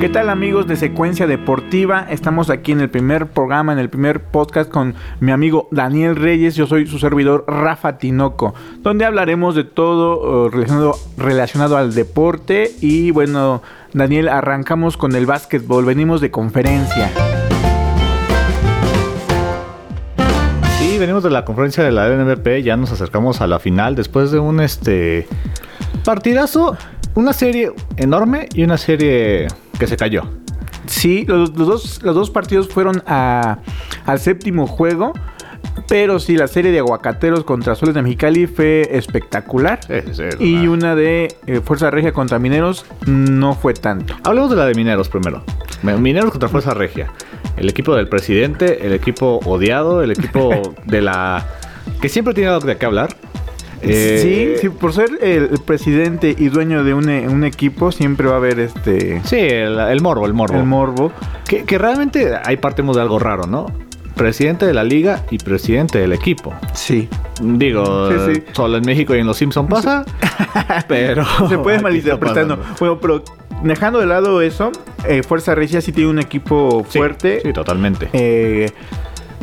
¿Qué tal amigos de Secuencia Deportiva? Estamos aquí en el primer programa, en el primer podcast con mi amigo Daniel Reyes. Yo soy su servidor Rafa Tinoco, donde hablaremos de todo eh, relacionado, relacionado al deporte. Y bueno, Daniel, arrancamos con el básquetbol. Venimos de conferencia. Sí, venimos de la conferencia de la NBP, ya nos acercamos a la final después de un este partidazo, una serie enorme y una serie que se cayó. Sí, los, los dos, los dos partidos fueron a, al séptimo juego. Pero sí, la serie de aguacateros contra Soles de Mexicali fue espectacular. Es, es, y ah. una de eh, Fuerza Regia contra Mineros no fue tanto. Hablemos de la de Mineros primero. Mineros contra Fuerza Regia. El equipo del presidente, el equipo odiado, el equipo de la... que siempre tiene algo de qué hablar. Eh, sí, sí, por ser el, el presidente y dueño de un, e- un equipo, siempre va a haber este Sí, el, el morbo, el morbo. el morbo. que, que realmente ahí partimos de algo raro, ¿no? Presidente de la liga y presidente del equipo. Sí. Digo, Sí, sí. solo en México y en los Simpson pasa, pero... Se puede aquí está malinterpretar. ¿no? pasando. Bueno, pero dejando de lado eso, eh, Fuerza Regia sí tiene un equipo Sí, fuerte. Sí, totalmente. Eh,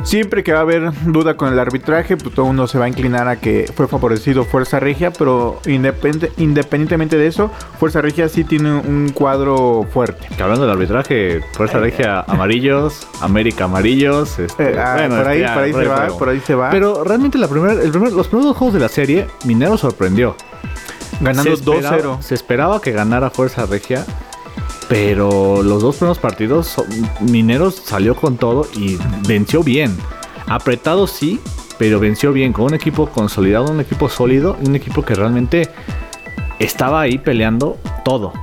siempre que va a haber duda con el arbitraje, pues todo uno se va a inclinar a que fue favorecido Fuerza Regia, pero independe- independientemente de eso, Fuerza Regia sí tiene un cuadro fuerte. Que hablando del arbitraje, Fuerza Regia amarillos, América amarillos. este, Eh, ah, bueno, por, ahí, ya, por ahí se va, fuego. por ahí se va. Pero realmente la primer- el primer- los primeros dos juegos de la serie, Minero sorprendió. ganando Se esperaba- 2-0. Se esperaba que ganara Fuerza Regia, pero los dos primeros partidos, so- Mineros salió con todo y venció bien. Apretado sí, pero venció bien, con un equipo consolidado, un equipo sólido, un equipo que realmente estaba ahí peleando todo.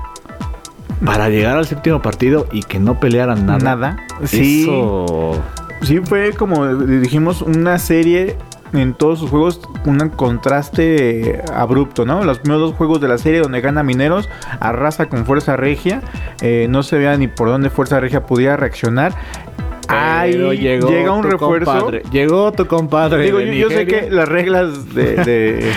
Para llegar al séptimo partido y que no pelearan nada. Nada. Sí. Eso- Sí, fue como dijimos, una serie en todos sus juegos, un contraste abrupto, ¿no? Los primeros dos juegos de la serie donde gana Mineros, arrasa con Fuerza Regia, eh, no se vea ni por dónde Fuerza Regia pudiera reaccionar. Ahí Pero llegó llega un tu refuerzo. compadre. Llegó tu compadre. Digo, de yo, yo sé Nigeria. que las reglas de, de-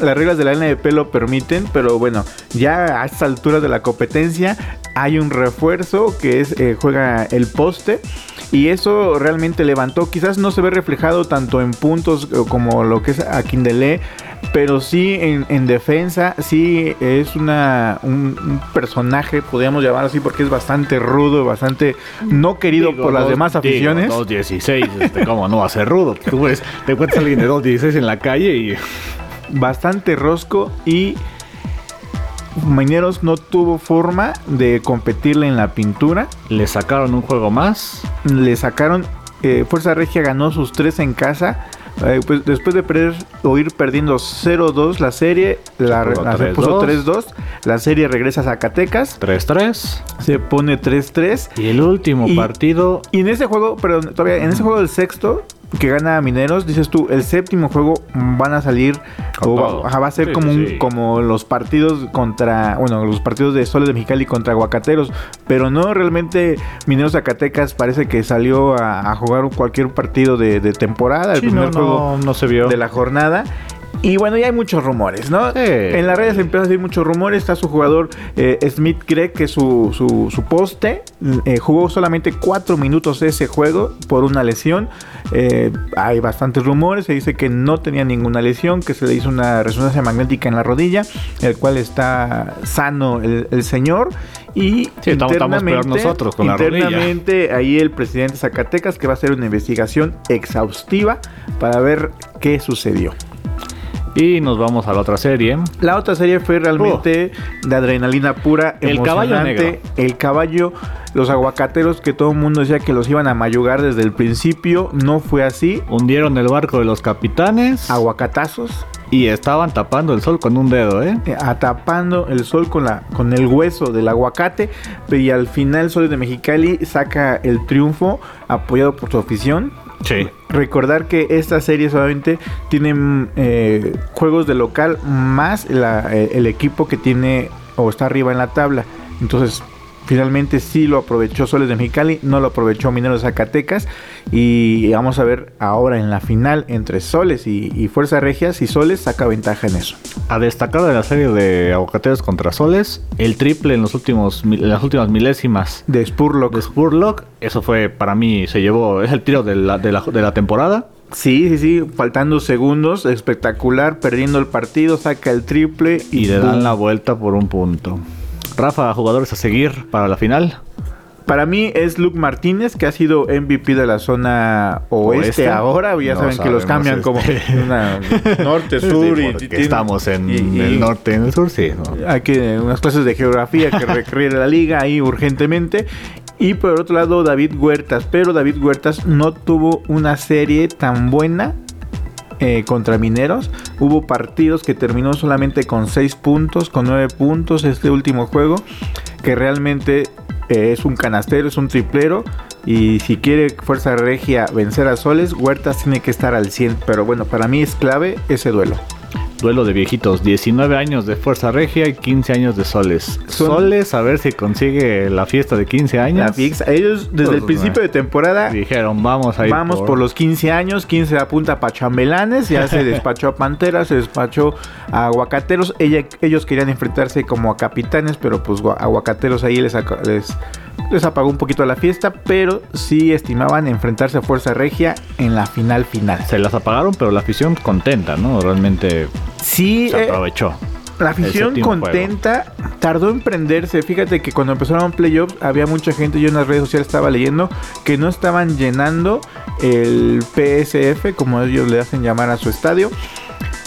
las reglas de la NDP lo permiten, pero bueno, ya a esta altura de la competencia hay un refuerzo que es eh, juega el poste y eso realmente levantó. Quizás no se ve reflejado tanto en puntos eh, como lo que es a Kindelé, pero sí en, en defensa, sí es una un, un personaje, podríamos llamar así, porque es bastante rudo, bastante no querido Digo, por las dos- demás digo, aficiones. 2.16, este, ¿cómo no va a ser rudo? Tú ves, te encuentras a alguien de 2.16 en la calle y. bastante rosco y Mineros no tuvo forma de competirle en la pintura. Le sacaron un juego más. Le sacaron, eh, Fuerza Regia ganó sus tres en casa. Eh, pues, después de perder o ir perdiendo 0-2 la serie, la, puso la- se puso 3-2. 3-2. La serie regresa a Zacatecas, 3-3. se pone 3-3. Y el último Y- partido. Y en ese juego, perdón, todavía, en ese juego del sexto que gana Mineros, dices tú, el séptimo juego mm, van a salir, Con o todo. va, ajá, va a ser Sí, como, sí, un- sí. como los partidos contra, bueno, los partidos de Soles de Mexicali contra Aguacateros, pero no realmente Mineros Zacatecas parece que salió a, a jugar cualquier partido de, de temporada, el Sí, primer no, juego no, no se vio. de la jornada. Y bueno, ya hay muchos rumores, ¿no? Sí. En las redes empiezan a salir muchos rumores. Está su jugador eh, Smith Craig, que es su, su, su poste. eh, jugó solamente cuatro minutos ese juego por una lesión. Eh, hay bastantes rumores. Se dice que no tenía ninguna lesión, que se le hizo una resonancia magnética en la rodilla, el cual está sano el, el señor. Y Sí, estamos- estamos peor internamente- nosotros con la rodilla. internamente Obviamente, ahí el presidente de Zacatecas que va a hacer una investigación exhaustiva para ver qué sucedió. Y nos vamos a la otra serie. La otra serie fue realmente de adrenalina pura, Oh. El emocionante. caballo El caballo, los aguacateros que todo el mundo decía que los iban a mayugar desde el principio, no fue así. Hundieron el barco de los capitanes. Aguacatazos, Y estaban tapando el sol con un dedo, ¿eh? eh, atapando el sol con, la, con el hueso del aguacate. Y al final, Sol de Mexicali saca el triunfo, apoyado por su afición. Sí. Recordar que esta serie solamente tiene mm, eh, juegos de local más la- eh, el equipo que tiene o está arriba en la tabla. Entonces, Finalmente sí lo aprovechó Soles de Mexicali, no lo aprovechó Mineros de Zacatecas. Y vamos a ver ahora en la final entre Soles y, y Fuerza Regia si Soles saca ventaja en eso. A destacar de la serie de Aguacateros contra Soles, el triple en, los últimos, mil- en las últimas milésimas De Spurlock. de Spurlock. Eso fue para mí, se llevó, es el tiro de la, de la, de la temporada. Sí, sí, sí, faltando segundos, espectacular, perdiendo el partido, saca el triple y le ¡pum! dan la vuelta por un punto. Rafa, jugadores a seguir para la final. Para mí es Luke Martínez, que ha sido MVP de la zona oeste, Oeste. ahora. Ya No saben que los sabemos cambian este. como una- norte, sur. Sí, y, porque tiene- estamos en y- y- el norte, en el sur, sí. ¿no? Hay que unas clases de geografía que requiere la liga ahí urgentemente. Y por otro lado, David Huertas. Pero David Huertas no tuvo una serie tan buena eh, contra Mineros. Hubo partidos que terminó solamente con 6 puntos, con 9 puntos este último juego, que realmente eh, es un canastero, es un triplero. Y si quiere Fuerza Regia vencer a Soles, Huertas tiene que estar al 100. Pero bueno, para mí es clave ese duelo. Duelo de viejitos, 19 años de Fuerza Regia y 15 años de Soles. Son- Soles, a ver si consigue la fiesta de 15 años. La Fix, ellos desde el principio de temporada Dijeron, vamos a ir Vamos por... los 15 años, 15 apunta para Chambelanes, ya se despachó a Panteras, se despachó a Aguacateros. Ella- ellos querían enfrentarse como a Capitanes, pero pues gua- Aguacateros ahí les, aca- les, les apagó un poquito la fiesta, pero sí estimaban enfrentarse a Fuerza Regia en la final final. Se las apagaron, pero la afición contenta, ¿no? Realmente Sí, eh, se aprovechó. La afición séptimo juego. contenta tardó en prenderse. Fíjate que cuando empezaron playoffs había mucha gente, yo en las redes sociales estaba leyendo, que no estaban llenando el PSF, como ellos le hacen llamar a su estadio.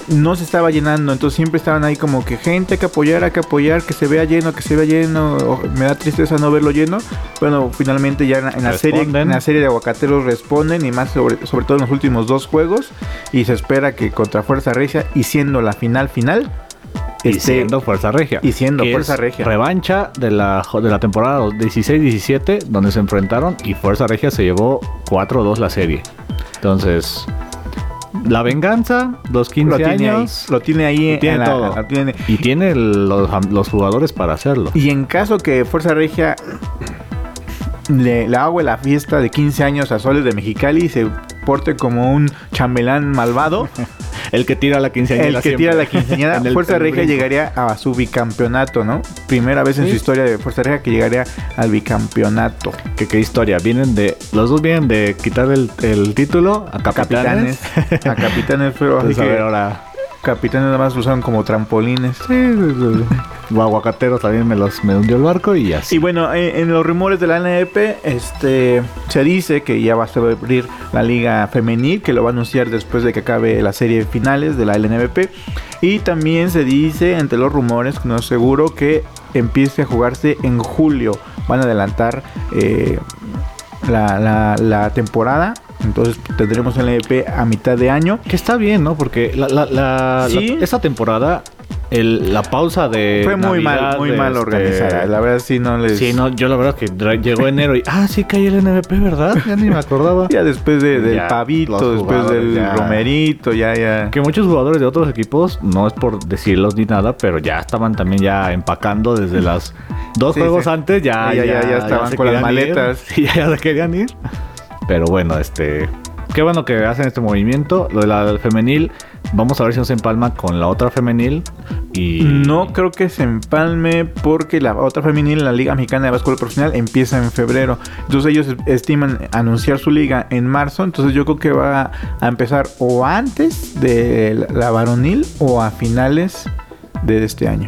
No se estaba llenando, entonces siempre estaban ahí como que gente hay que apoyar, hay que apoyar, que se vea lleno, que se vea lleno. o- me da tristeza no verlo lleno. Bueno, finalmente ya en, la- en la serie Responden. en la serie de aguacateros responden y más sobre, sobre todo en los últimos dos juegos y se espera que contra Fuerza Recia y siendo la final final Y este, siendo Fuerza Regia. y siendo que Fuerza es Regia. Revancha de la, jo- de la temporada 16-17, donde se enfrentaron y Fuerza Regia se llevó 4-2 la serie. Entonces, la venganza, los 15 lo tiene ahí, años. lo tiene ahí Lo tiene en la- todo. la tiene- Y tiene el- los, los jugadores para hacerlo. y en caso que Fuerza Regia le, le hago la fiesta de 15 años a Soles de Mexicali y se porte como un chambelán malvado, El que tira la quinceañera. el que siempre. tira la quinceañera, En el- Fuerza el Regia brinco. llegaría a su bicampeonato, ¿no? Primera vez en Sí. su historia de Fuerza Regia que llegaría al bicampeonato. Que qué historia. Vienen de. Los dos vienen de quitar el, el título a capitanes. capitanes. A capitanes, pero así Entonces, a ver que ahora. capitanes nada más lo usaron como trampolines. Sí, sí, sí. Aguacateros también me los me hundió el barco y así. Y bueno, eh, en, en los rumores de la NEP, este, se dice que ya va a abrir la liga femenil, que lo va a anunciar después de que acabe la serie de finales de la LNBP. Y también se dice, entre los rumores, no es seguro, que empiece a jugarse en julio. Van a adelantar eh, la, la- la temporada, entonces tendremos LNBP a mitad de año. Que está bien, ¿no? Porque la, la, la- Sí. la- esa temporada, el, la pausa de. Fue muy mal, Eh, Navidad, muy de mal este- organizada. La verdad sí no les... Sí, no, yo la verdad que dra- llegó enero y. Ah, sí, caí el NVP, ¿verdad? Ya ni me acordaba. Ya después de- del Ya, pavito, los después del jugadores ya- romerito, ya, ya. Que muchos jugadores de otros equipos, no es por decirlos ni nada, pero ya estaban también ya empacando desde las dos Sí, juegos sí. antes, ya, Ya, ya, ya estaban se con las querían ir. maletas. Sí, ya, ya se querían ir. Pero bueno, este. Qué bueno que hacen este movimiento. Lo de la femenil, vamos a ver si nos empalma con la otra femenil. Y. No creo que se empalme porque la otra femenil en la Liga Mexicana de Básquetbol Profesional empieza en febrero. Entonces ellos estiman anunciar su liga en marzo. Entonces yo creo que va a empezar o antes de la- la varonil o a finales de este año.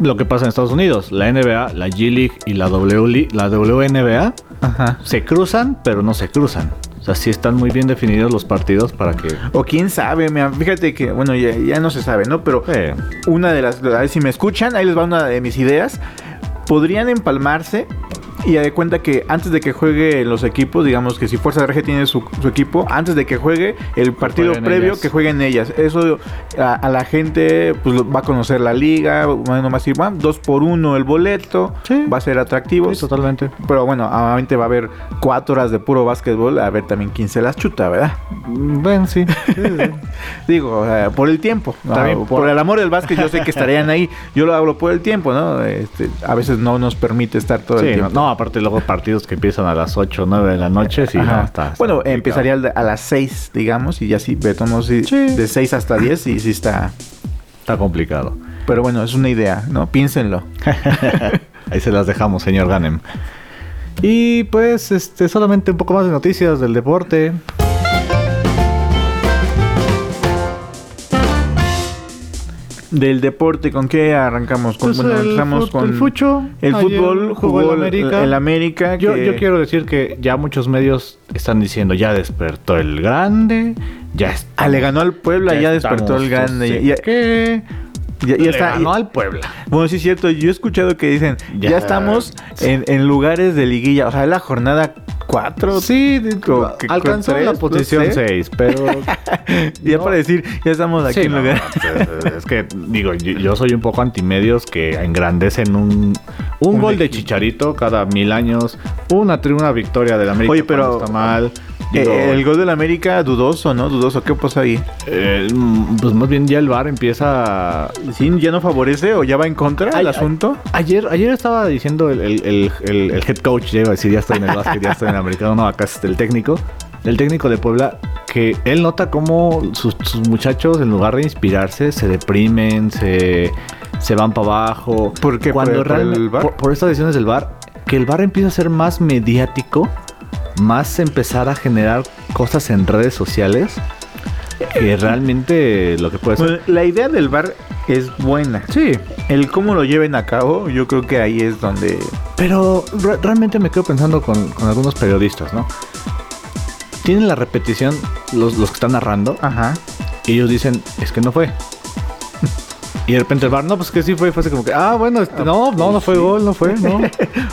Lo que pasa en Estados Unidos, la NBA, la G-League y la, w League- la WNBA Ajá. se cruzan, pero no se cruzan. O sea, sí están muy bien definidos los partidos para que. O quién sabe, mira, fíjate que, bueno, ya, ya no se sabe, ¿no? Pero Eh, una de las, a ver si me escuchan, ahí les va una de mis ideas. Podrían empalmarse y ya de cuenta que antes de que juegue los equipos, digamos que si Fuerza Regia tiene su, su equipo, antes de que juegue el partido jueguen previo, ellas. que jueguen ellas. Eso a, a la gente pues lo- va a conocer la liga, bueno, más y va, dos por uno el boleto, Sí. va a ser atractivo. Sí, totalmente. pero bueno, obviamente va a haber cuatro horas de puro básquetbol, a ver también quién se las chuta, ¿verdad? Ven, sí. Digo, eh, por el tiempo. ¿no? También por... por- el amor del básquet, yo sé que estarían ahí. Yo lo hablo por el tiempo, ¿no? Este, a veces no nos permite estar todo el Sí, no, tiempo. no, aparte luego partidos que empiezan a las 8 o 9 de la noche, sí, Ajá. no, está- está bueno, complicado. empezaría al- a las 6, digamos, y ya sí, Betón, sí, Sí. de 6 hasta 10, y sí está. Está complicado. Pero bueno, es una idea, ¿no? Piénsenlo. Ahí se las dejamos, señor Ganem. Y pues, este, solamente un poco más de noticias del deporte. Del deporte, ¿con qué arrancamos? Con, Pues el fut- el fucho. el Ayer fútbol jugó, el América. El América Yo, que- yo quiero decir que ya muchos medios están diciendo, ya despertó el grande, ya está. Ah, le ganó al Puebla, ya, despertó el grande. ya- ¿Qué? ya- ya le está- ganó ya- al Puebla. Bueno, sí es cierto. Yo he escuchado que dicen, ya, Ya. estamos en, en lugares de liguilla. O sea, es la jornada 4. Sí, co- que- alcanzó con la tres, no posición sé. 6, pero... Ya no. para decir, ya estamos aquí Sí, en no, lugar. no, es- es que, digo, yo, yo soy un poco antimedios que engrandecen un, un, Un gol de equipo. Chicharito cada mil años, una, tri- una victoria del América Oye, pero- cuando está mal. Eh, Digo, el gol del América, dudoso, ¿no? Dudoso. ¿Qué pasa ahí? eh, pues más bien ya el VAR empieza ¿Sí, ¿Ya no favorece o ya va en contra Ay, el ay. asunto? Ayer, ayer estaba diciendo el, el- el- el- el head coach, ya iba a decir, ya estoy en el básquet, ya estoy en el americano, no, acá es el técnico, el técnico de Puebla, que él nota cómo sus, sus muchachos, en lugar de inspirarse, se deprimen, se, se van para abajo. ¿Por qué? Cuando ¿Por- por el realme- VAR? Por, por estas decisiones del bar, que el bar empieza a ser más mediático, más empezar a generar cosas en redes sociales, que realmente lo que puede ser. Bueno, Pues, la idea del bar es buena. Sí, El cómo lo lleven a cabo, yo creo que ahí es donde. Pero re- realmente me quedo pensando con, con algunos periodistas, ¿no? Tienen la repetición los, los que están narrando Ajá. y ellos dicen, es que no fue. Y de repente el bar, no, pues que sí fue, fue así como que, ah, bueno, este, no, no, no fue sí. gol, no fue, no.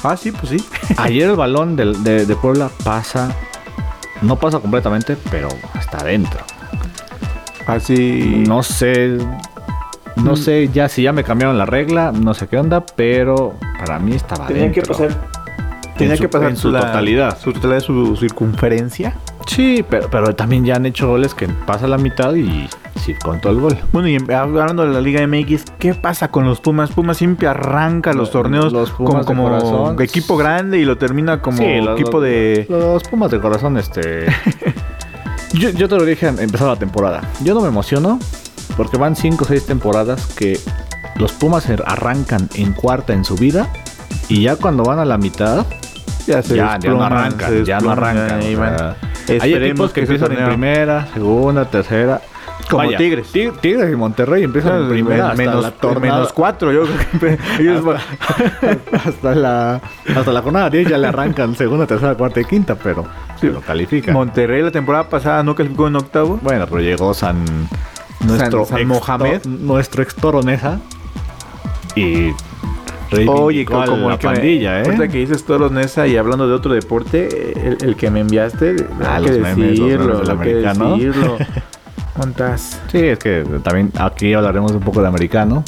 Ah, sí, pues sí. Ayer el balón del- de, de Puebla pasa, no pasa completamente, pero está adentro. Ah, Así. No sé, no Mm. sé ya si ya me cambiaron la regla, no sé qué onda, pero para mí estaba Tenía que adentro. pasar. Tenía su- que pasar en su la- totalidad. Su totalidad, su circunferencia. Sí, pero, pero también ya han hecho goles que pasa la mitad y sí contó el gol. Bueno, y en- hablando de la Liga MX, ¿qué pasa con los Pumas? Pumas siempre arranca los Los torneos Pumas como, de como corazón. equipo grande y lo termina como Sí, los- equipo de... Los, los Pumas de corazón, este. yo, yo te lo dije al empezar la temporada. Yo no me emociono porque van 5 o 6 temporadas que los Pumas er- arrancan en cuarta en su vida y ya cuando van a la mitad. Ya, se ya, ya no desploman, se arrancan, ya no desploman, arrancan. ahí o van. sea, hay Esperemos equipos que que ese empiezan en torneo- primera, segunda, tercera. Como Tigres. Tig- Tigres y Monterrey empiezan en primera. hasta menos, la tornada- menos cuatro, yo creo que ellos van- hasta la hasta la jornada 10 ya le arrancan segunda, tercera, cuarta y quinta, pero Sí. se lo califican. Monterrey la temporada pasada no calificó en octavo. bueno, pero llegó San nuestro San ex- Mohamed. nuestro ex Toronesa y reivindicó Oye, co- a como la el que me- pues pandilla, ahorita ¿eh? que dices todos los Nesa y hablando de otro deporte, el, el que me enviaste, Ah, hay los que memes, los memes decirlo, del hay que americano. decirlo. ¿Cuántas? Sí, es que también aquí hablaremos un poco de americano.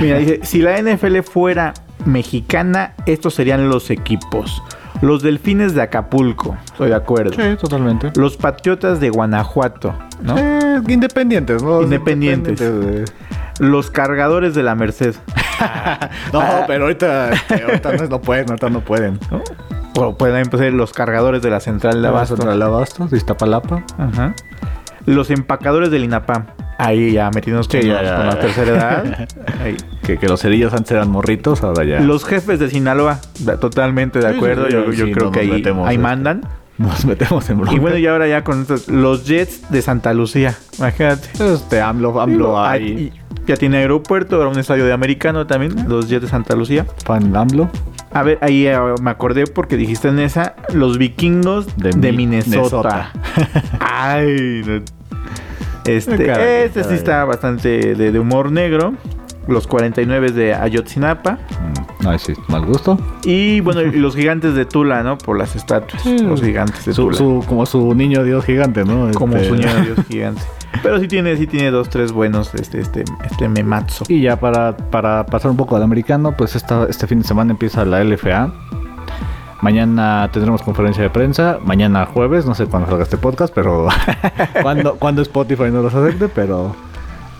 Mira, dice, si la NFL fuera mexicana, estos serían los equipos. Los Delfines de Acapulco, estoy de acuerdo. totalmente. Los Patriotas de Guanajuato, ¿no? Eh, independientes, ¿no? Independientes. Independientes, Los Cargadores de la Merced. eh. No, Ah. pero ahorita, este, ahorita no, no pueden, ahorita no pueden. ¿no? O pueden empezar los Cargadores de la Central de Abasto. Abasto, de Iztapalapa. Ajá. Los Empacadores del INAPAM. Ahí ya metidos con, Sí, ya, los- ya, con la ya. tercera edad. Ahí. Que, que los cerillos antes eran morritos, ahora ya. Los jefes de Sinaloa, da- totalmente de Sí, sí, acuerdo. sí, yo sí, yo no creo nos que ahí, metemos, ahí este. mandan. Nos metemos en bronca. Y bueno, y ahora ya con estos, los Jets de Santa Lucía, imagínate. Este AMLO, Digo, AMLO ahí hay. ya tiene aeropuerto, ahora un estadio de americano también, los Jets de Santa Lucía. Fan AMLO. A ver, ahí eh, me acordé porque dijiste en esa, los vikingos de, De Mi- Minnesota. Minnesota. Ay, no. este, Caray, este sí caray. está bastante de, de humor negro. Los 49 de Ayotzinapa. Mm, Ay, sí, mal gusto. Y bueno, y los gigantes de Tula, ¿no? Por las estatuas. Los gigantes de Su, Tula. su- como su niño dios gigante, ¿no? como Este, su niño Dios gigante. Pero sí tiene, sí tiene dos, tres buenos este, este, este memazo. Y ya para, para pasar un poco al americano, pues esta, este fin de semana empieza la LFA. Mañana tendremos conferencia de prensa. Mañana jueves, no sé cuándo salga este podcast, pero cuando, cuando Spotify no los acepte, pero.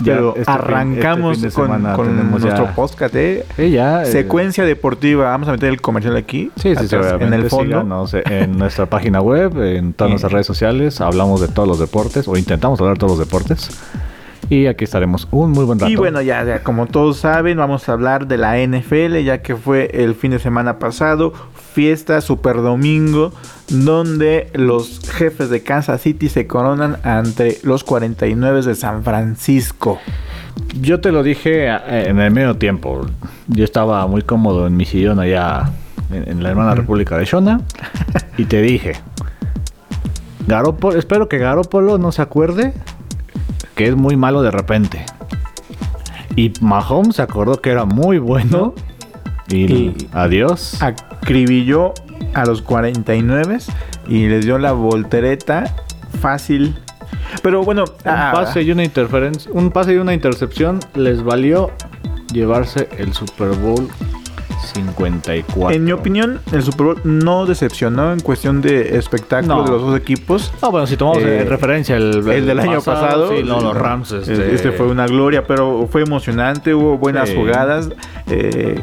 ya Pero este fin- arrancamos este fin de con, semana con tenemos ya- nuestro podcast, ¿eh? Sí, ya, eh, Secuencia deportiva. Vamos a meter el comercial aquí. Sí, sí, sí, atrás, En obviamente, el fondo. síganos en nuestra página web, en todas Y- nuestras redes sociales, hablamos de todos los deportes o intentamos hablar de todos los deportes. Y aquí estaremos un muy buen rato. Y bueno, ya, ya, como todos saben, vamos a hablar de la NFL, ya que fue el fin de semana pasado, fiesta Super Domingo, donde los jefes de Kansas City se coronan ante los 49 de San Francisco. Yo te lo dije eh, en el medio tiempo. Yo estaba muy cómodo en mi sillón allá en, en la hermana República de Shona. Y te dije, Garoppolo, espero que Garópolo no se acuerde que es muy malo de repente. Y Mahomes se acordó que era muy bueno. Y, Y- adiós. Acribilló a los 49 y les dio la voltereta fácil. Pero bueno, ah, un pase y una interferencia. Un pase y una intercepción les valió llevarse el Super Bowl 54. en mi opinión, el Super Bowl no decepcionó en cuestión de espectáculo No. de los dos equipos. No, bueno, si tomamos Eh, en referencia el, el del año pasado. sí, no, los Rams. Este, Este... fue una gloria, pero fue emocionante, hubo buenas Sí. jugadas. eh,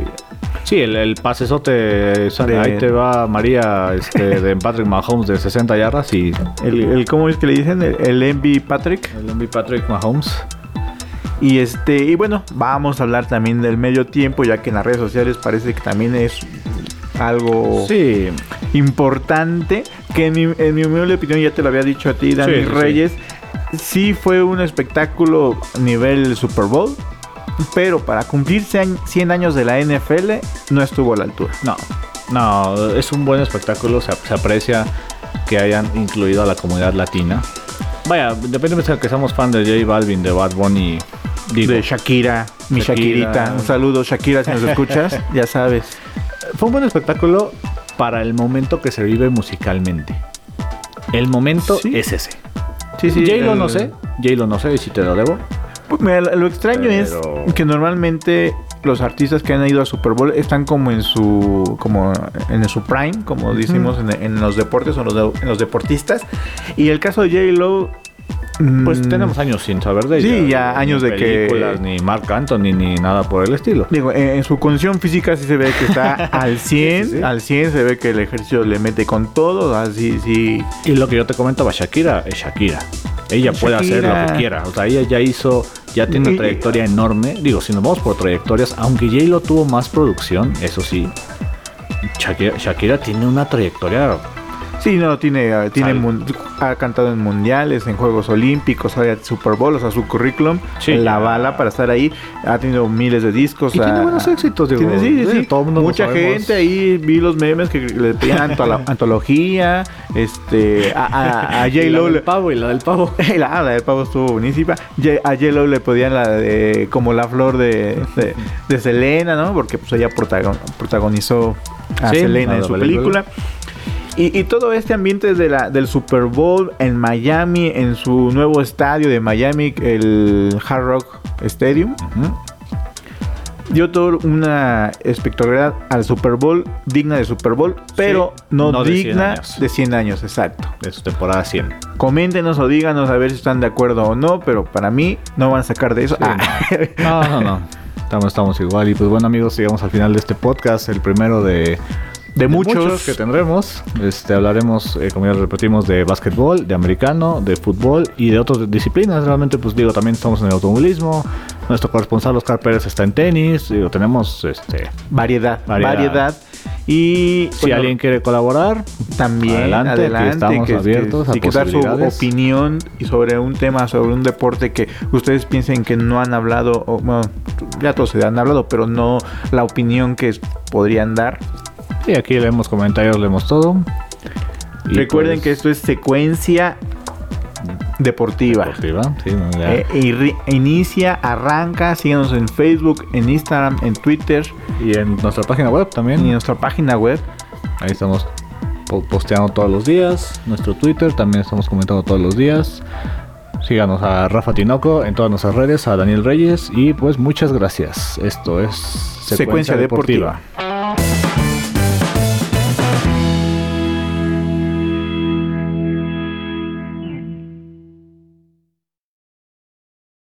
Sí, el, el pasesote. Sandy, De- Ahí te va María este, de Patrick Mahomes de 60 yardas y el, el- ¿Cómo es que le dicen? El, el Envy Patrick. el MVP Patrick Mahomes. Y este y bueno, vamos a hablar también del medio tiempo, ya que en las redes sociales parece que también es algo Sí, importante. Que en mi, en mi humilde opinión, ya te lo había dicho a ti, Dani Sí, sí, sí. Reyes, sí fue un espectáculo nivel Super Bowl. Pero para cumplir 100 años de la NFL no estuvo a la altura. no, no, es un buen espectáculo. Se, ap- se aprecia que hayan incluido a la comunidad latina. Vaya, depende de que seamos fan de J Balvin, de Bad Bunny. Digo, de Shakira, mi Shakira. Shakirita. Un saludo, Shakira, si nos escuchas, ya sabes. Fue un buen espectáculo para el momento que se vive musicalmente. El momento Sí. es ese. Sí, eh, J-Lo el- no sé. J-Lo no sé y si te lo debo. Pues mira, lo lo extraño Pero- es que normalmente los artistas que han ido a Super Bowl están como en su como en su prime, como decimos en, en los deportes o en los, de- en los deportistas. Y el caso de J-Lo... Pues mm, tenemos años sin saber de Sí, ella. ya Ni años de que- películas, Ni Mark Anthony, ni nada por el estilo. Digo, en, en su condición física sí se ve que está al 100, Sí, sí, sí. al 100 se ve que el ejercicio le mete con todo, así, sí, Y lo que yo te comentaba, Shakira es Shakira. Ella puede hacer Shakira. lo que quiera. O sea, ella ya hizo, ya tiene Y- una trayectoria enorme. Digo, si nos vamos por trayectorias, aunque J-Lo tuvo más producción, eso sí. Shakira, Shakira tiene una trayectoria Sí, no, tiene, eh, tiene Sale. mun- ha cantado en mundiales, en Juegos Olímpicos, ha Super Bowl, o sea, su currículum Sí, la ya. bala para estar ahí, ha tenido miles de discos. Y ha- tiene buenos éxitos, digo, tiene- sí, sí, eh, sí. todo el mundo lo Mucha sabemos. gente ahí, vi los memes que le pedían antolo- antología, este, a, a, a J-Lo Y la le... del pavo y la del pavo. La, la del pavo estuvo buenísima. J- A J-Lo le podían la de, como la flor de, de, de Selena, ¿no? Porque pues ella protagon- protagonizó a Sí, Selena a en la su película. película. Y, y todo este ambiente de la, del Super Bowl en Miami, en su nuevo estadio de Miami, el Hard Rock Stadium, ¿Mm? dio todo una espectacularidad al Super Bowl, digna de Super Bowl, pero no, no de 100 digna años. de 100 años, exacto. De su temporada 100. Coméntenos o díganos a ver si están de acuerdo o no, pero para mí no van a sacar de eso. Ah, No, no, no. Estamos, estamos igual. Y pues bueno, amigos, llegamos al final de este podcast, el primero de, de muchos. que tendremos. Este, hablaremos, eh, como ya lo repetimos, de básquetbol, de americano, de fútbol y de otras disciplinas. Realmente, pues digo, también estamos en el automovilismo. Nuestro corresponsal Oscar Pérez está en tenis. Digo, tenemos este. variedad, variedad. Variedad. Y Si bueno, alguien quiere colaborar, también adelante, Adelante, aquí estamos abiertos a sí, que dar su posibilidades. opinión y sobre un tema, sobre un deporte que ustedes piensen que no han hablado, o, bueno, ya todos se han hablado, pero no la opinión que es- podrían dar. y aquí leemos comentarios, leemos todo. Y, Recuerden pues, que esto es secuencia Deportiva. Deportiva, sí, no, ya. Eh, irri- inicia, arranca, síguenos en Facebook, en Instagram, en Twitter y en nuestra página web y en también. nuestra página web. Ahí estamos po- posteando todos los días. Nuestro Twitter también estamos comentando todos los días. Síganos a Rafa Tinoco en todas nuestras redes, a Daniel Reyes y pues muchas gracias. Esto es Secuencia Deportiva.